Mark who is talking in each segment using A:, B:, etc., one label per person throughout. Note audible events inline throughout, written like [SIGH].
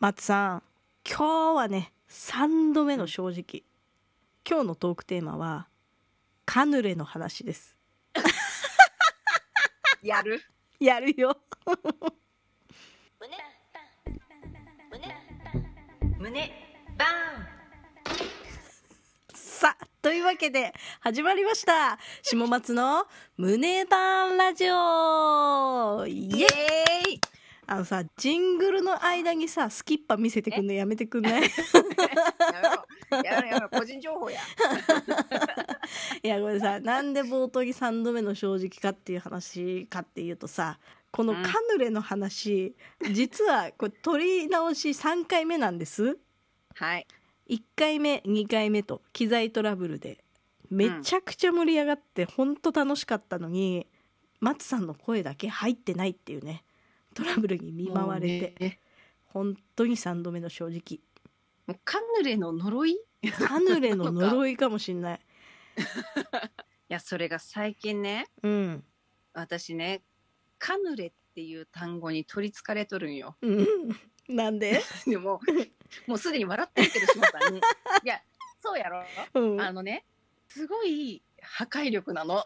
A: 松さん今日はね3度目の正直今日のトークテーマはカヌレの話です
B: やる
A: やるよ
B: 胸バ
A: さあというわけで始まりました下松の「胸バーンラジオ」
B: ーン
A: イ
B: イ
A: エ
B: エ
A: イ
B: ーイ
A: あのさジングルの間にさスキッパ見せてくんのやめてくんない
B: [LAUGHS] やめろやめろやめろ個人情報や
A: いやごめんさなんで冒頭に3度目の正直かっていう話かっていうとさこの
B: うん
A: カヌレの話、実はこれ取り直し3回目なんです
B: はい
A: 1回目2回目と機材トラブルでめちゃくちゃ盛り上がってほんと楽しかったのに、松さんの声だけ入ってないっていうねトラブルに見舞われて、
B: もう,、ね、
A: 本当に3度目の正直
B: もうカヌレの呪いい
A: カヌレの呪いかもしんない。
B: やそれが最近ね
A: うん、
B: 私ねカヌレっていう単語に取りつかれとるんよ [LAUGHS]
A: うん、なんで、
B: でももうすでに笑ってるけど島さんにいやそうやろ
A: うん、い
B: あのねすごい破壊力
A: [LAUGHS]
B: なの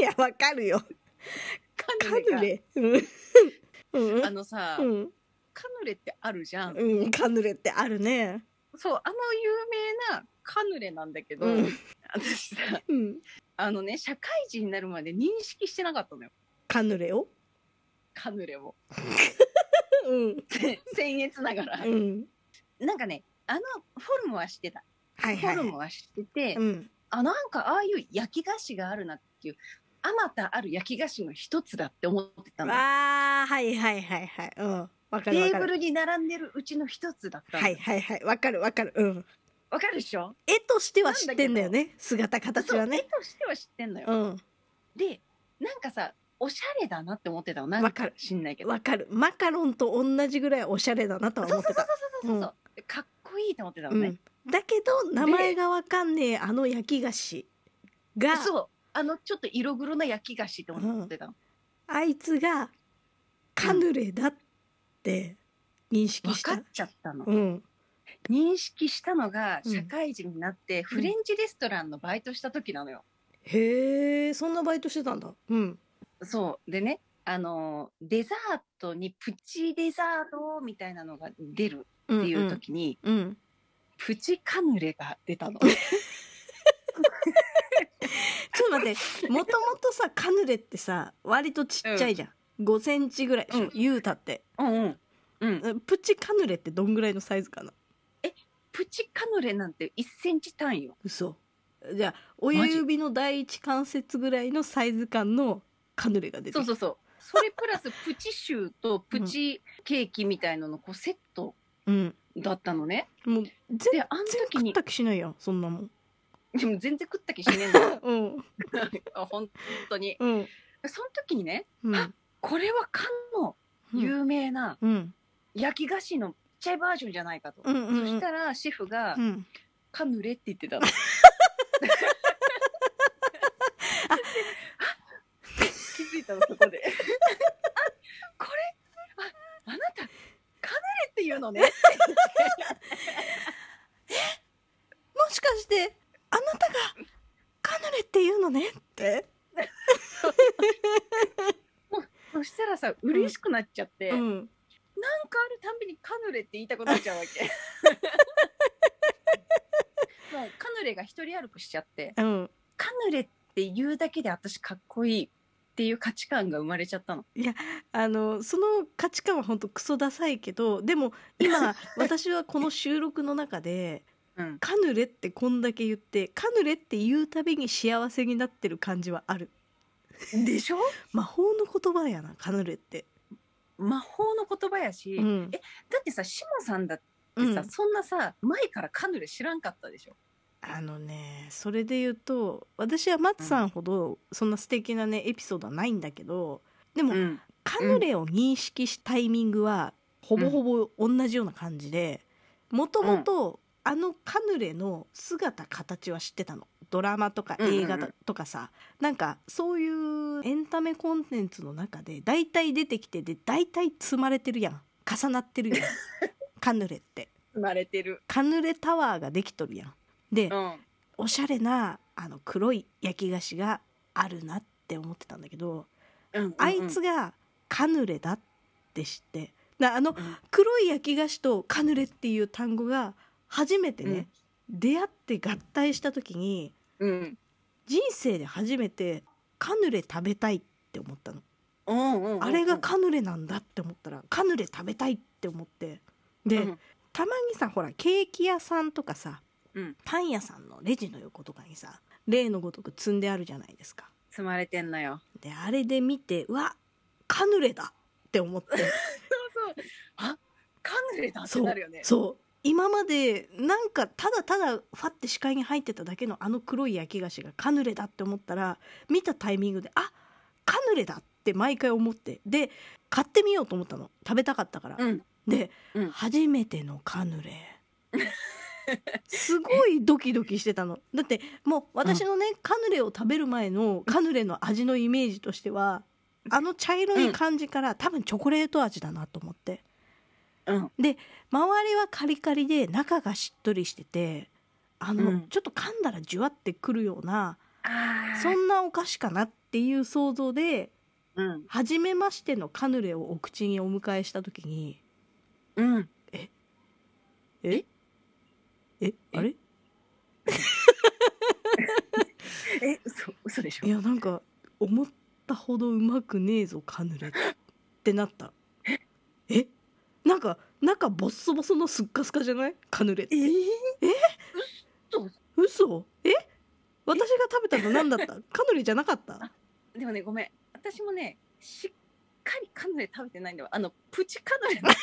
A: やわかるよ
B: カ
A: カ
B: ヌレが
A: ヌレうんうん
B: あのさ、
A: うん
B: カヌレってあるじゃん、
A: うんカヌレってあるね
B: そうあの有名なカヌレなんだけど、
A: うん
B: 私さ
A: うん
B: あのね社会人になるまで認識してなかったのよ
A: カヌレを
B: カヌレを [LAUGHS]
A: うん
B: 僭越ながら、
A: うん
B: なんかねあのフォルムはしてた、
A: はいはい
B: フォ
A: は
B: ル
A: い
B: ムはしてて、
A: うん
B: あなんかああいう焼き菓子があるなっていうあまたある焼き菓子の一つだって思ってたの
A: あーはいはいはいはいうんわか
B: テ
A: るわ
B: ー
A: か
B: ブ
A: る
B: ルに並んでるうちの一つだったの
A: はいはいはいわかるわかるうん
B: わかるでしょ
A: 絵としては知ってんだよね姿形は
B: そう
A: ね
B: 絵としては知ってんのよ、
A: うん
B: でなんかさおしゃれだなって思ってたのなん
A: わ
B: か
A: かる
B: 知んないけど
A: わかるマカロンと同じぐらいおしゃれだなとは
B: そ
A: 思
B: う
A: っ
B: そう
A: て
B: そう
A: た
B: そうそうそう、かっこいいと思ってたの
A: う
B: ね
A: ん、だけど名前がわかんねえあの焼き菓子が
B: そうあのちょっと色黒な焼き菓子と思ってたの、
A: あいつがカヌレだって認識
B: 分
A: し
B: か
A: た
B: っ。ちゃったの、
A: うん、
B: 認識したのが
A: うん
B: 社会人になって、フレンチレストランのバイトした時なのよ、
A: へえそんなバイトしてたんだ。うん、
B: そうでねあのデザートにプチデザートみたいなのが出る
A: うん
B: っていう時に、
A: うんうん
B: プチカヌレが出たの
A: ちょっと待ってもともとさカヌレってさ割とちっちゃいじゃん、5センチぐらいでしょ、
B: うん
A: 言うたって
B: うんうんうん、
A: うんプチカヌレってどんぐらいのサイズかな
B: プチカヌレなんて1センチ単位よ
A: 嘘じゃあ親指の第一関節ぐらいのサイズ感のカヌレが出て
B: そうそうそうそれプラスプチシューとプチケーキみたいなのこうセット
A: う、うん、
B: だったのね
A: もう
B: で
A: 全
B: あの
A: 然
B: 時
A: 食
B: に
A: った気しないやんそんなもん
B: でも全然食った気しねえんだ
A: [LAUGHS]
B: よ
A: うん
B: 本当に
A: うん
B: その時にね
A: うん
B: あこれは缶の有名な
A: うん
B: 焼き菓子のちっちゃいバージョンじゃないかと、
A: うんうんうん
B: そしたらシェフが
A: うん
B: 「カヌレ」って言っ
A: [LAUGHS]
B: てたのあ気づいたのそこで [LAUGHS] あこれああなたカヌレって言うのね
A: もしかしてあなたがカヌレって言うのねって、
B: そしたらさ嬉しくなっちゃって、なん
A: ん、
B: かあるたんびにカヌレって言いたくなっちゃうわ
A: [LAUGHS]
B: けもうカヌレが一人歩くしちゃって
A: うん、
B: カヌレって言うだけで私かっこいいっていう価値観が生まれちゃったの
A: あのその価値観は本当クソダサいけどでも
B: [LAUGHS]
A: 今私はこの収録の中で
B: うん
A: カヌレってこんだけ言ってカヌレって言うたびに幸せになってる感じはある
B: でしょ
A: 魔法の言葉やなカヌレって、
B: 魔法の言葉やし、だ
A: ん
B: えってさシモさんだって
A: うん
B: さ、そんなさ前からカヌレ知らんかったでしょ
A: あのねそれで言うと私は松さんほどそんな素敵なねエピソードはないんだけどでも、
B: ん
A: カヌレを認識したタイミングはほぼほぼ同じような感じでもともとあのカヌレの姿形は知ってたのドラマとか映画
B: うんうん
A: だ
B: うん
A: とかさ、なんかそういうエンタメコン
B: [LAUGHS]
A: テンツの中で大体出てきてで大体積まれてるやん重なってるやんカヌレって
B: 積まれてる。
A: カヌレタワーができとるやんで、
B: うん。
A: おしゃれなあの黒い焼き菓子があるなって思ってたんだけど
B: うん
A: あいつ、がカヌレだって知ってなあの
B: うん
A: 黒い焼き菓子とカヌレっていう単語が初めてね、出会って合体した時に
B: うん。
A: 人生で初めてカヌレ食べたいって思ったの
B: うんうんうんうん。
A: あれがカヌレなんだって思ったらカヌレ食べたいって思ってで、
B: うん
A: たまにさほらケーキ屋さんとかさ、
B: うん
A: パン屋さんのレジの横とかにさ例のごとく積んであるじゃないですか
B: 積まれてんのよ。
A: であれで見てうわカヌレだって思って
B: そうそう。あ、カヌレだって
A: そう
B: なるよね。
A: そう今までなんかただただファって視界に入ってただけのあの黒い焼き菓子がカヌレだって思ったら見たタイミングであカヌレだって毎回思ってで買ってみようと思ったの食べたかったから、
B: うん。
A: で、
B: うん
A: 初めてのカヌレ
B: [LAUGHS]
A: すごいドキドキしてたのだってもう私のね、カヌレを食べる前のカヌレの味のイメージとしてはあの茶色い感じから、多分チョコレート味だなと思って
B: うん。
A: 周りはカリカリで中がしっとりしててあの、
B: うん
A: ちょっと噛んだらじゅわってくるような
B: ああ。
A: そんなお菓子かなっていう想像で
B: うん。
A: 初めましてのカヌレをお口にお迎えした時に
B: うん。
A: ええあれ
B: え、嘘、嘘でしょ
A: い。やなんか思ったほどうまくねえぞカヌレってなったえなんか中ボッソボソのすっかすかじゃないカヌレって
B: えー、
A: 嘘え私が食べたの何だったカヌレじゃなかった
B: でもね、ごめん。私もね、しっかりカヌレ食べてないんだわ。あの、プチカ [LAUGHS] ヌレの状態。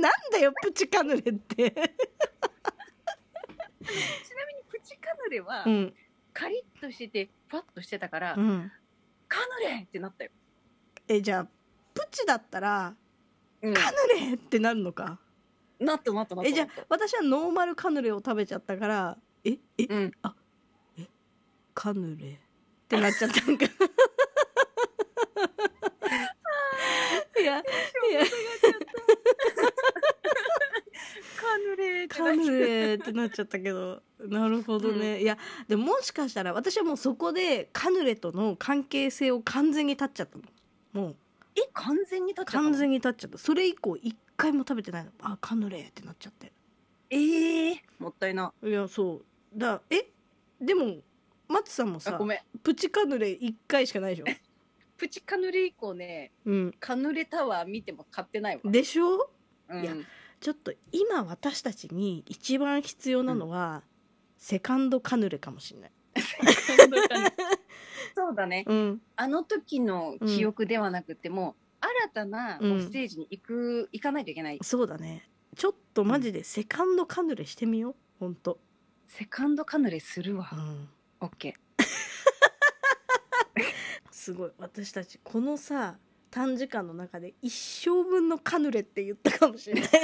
A: [LAUGHS] なんだよプチカヌレって
B: ちなみにプチカヌレは、
A: うん
B: カリッとしてて、ふわっとしてたから、
A: うん
B: カヌレってなったよ。
A: えじゃあプチだったら
B: うん
A: カヌレってなるのか
B: なったなったなった。
A: えじゃあ私はノーマルカヌレを食べちゃったからええ
B: うん。
A: カヌレってなっちゃったん
B: [LAUGHS]
A: かいやいや
B: カヌレってな
A: カヌレってなっちゃったけどなるほどね、いやでももしかしたら私はもうそこでカヌレとの関係性を完全に立っちゃったのもう
B: え、完全に立っちゃったの
A: 完全に立っちゃったそれ以降一回も食べてないのあカヌレってなっちゃって
B: ええもったいない
A: やそうだえでもマツさんも
B: い。あ、
A: さ
B: ごめん。
A: プチカヌレ一回しかないでしょ、
B: プチカヌレ以降ね、
A: うん、
B: カヌレタワー見ても買ってないわ。
A: でしょ
B: うん
A: いやちょっと今私たちに一番必要なのは、セカンドカヌレかもしれない、 [LAUGHS]
B: そうだね。
A: うん、
B: あの時の記憶ではなくても、新たな
A: うん
B: もうステージに行く、行かないといけない。
A: そうだねちょっとマジでセカンドカヌレしてみようほんと、
B: セカンドカヌレするわ
A: う。ん、
B: オッケ
A: すごい私たちこのさ短時間の中で一生分のカヌレって言ったかもしれない
B: ー。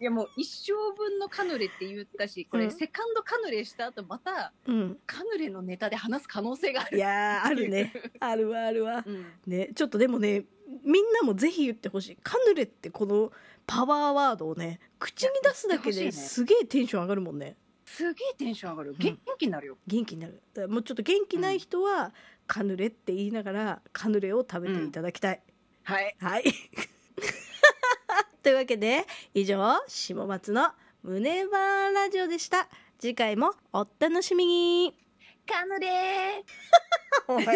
B: いやもう一生分のカヌレって言ったし、こ
A: う
B: れ
A: ん
B: セカンドカヌレした後また
A: [LAUGHS] うん、
B: カヌレのネタで話す可能性があ
A: い
B: る。
A: やーあるね [LAUGHS] あるわあるわ
B: うん。
A: ねちょっとでもねみんなもぜひ言ってほしいカヌレってこのパワーワードをね口に出すだけ
B: いや言
A: で
B: ってほしいね
A: すげえテンション上がるもんね
B: すげえテンション上がる。元気になるよ。
A: 元気になるだからもうちょっと元気ない人は、カヌレって言いながらカヌレを食べていただきたい、
B: はい。
A: はい [LAUGHS] というわけで以上下松の「胸バーラジオ」でした次
B: [LAUGHS]
A: 回もお楽しみに
B: カヌレー。
A: おい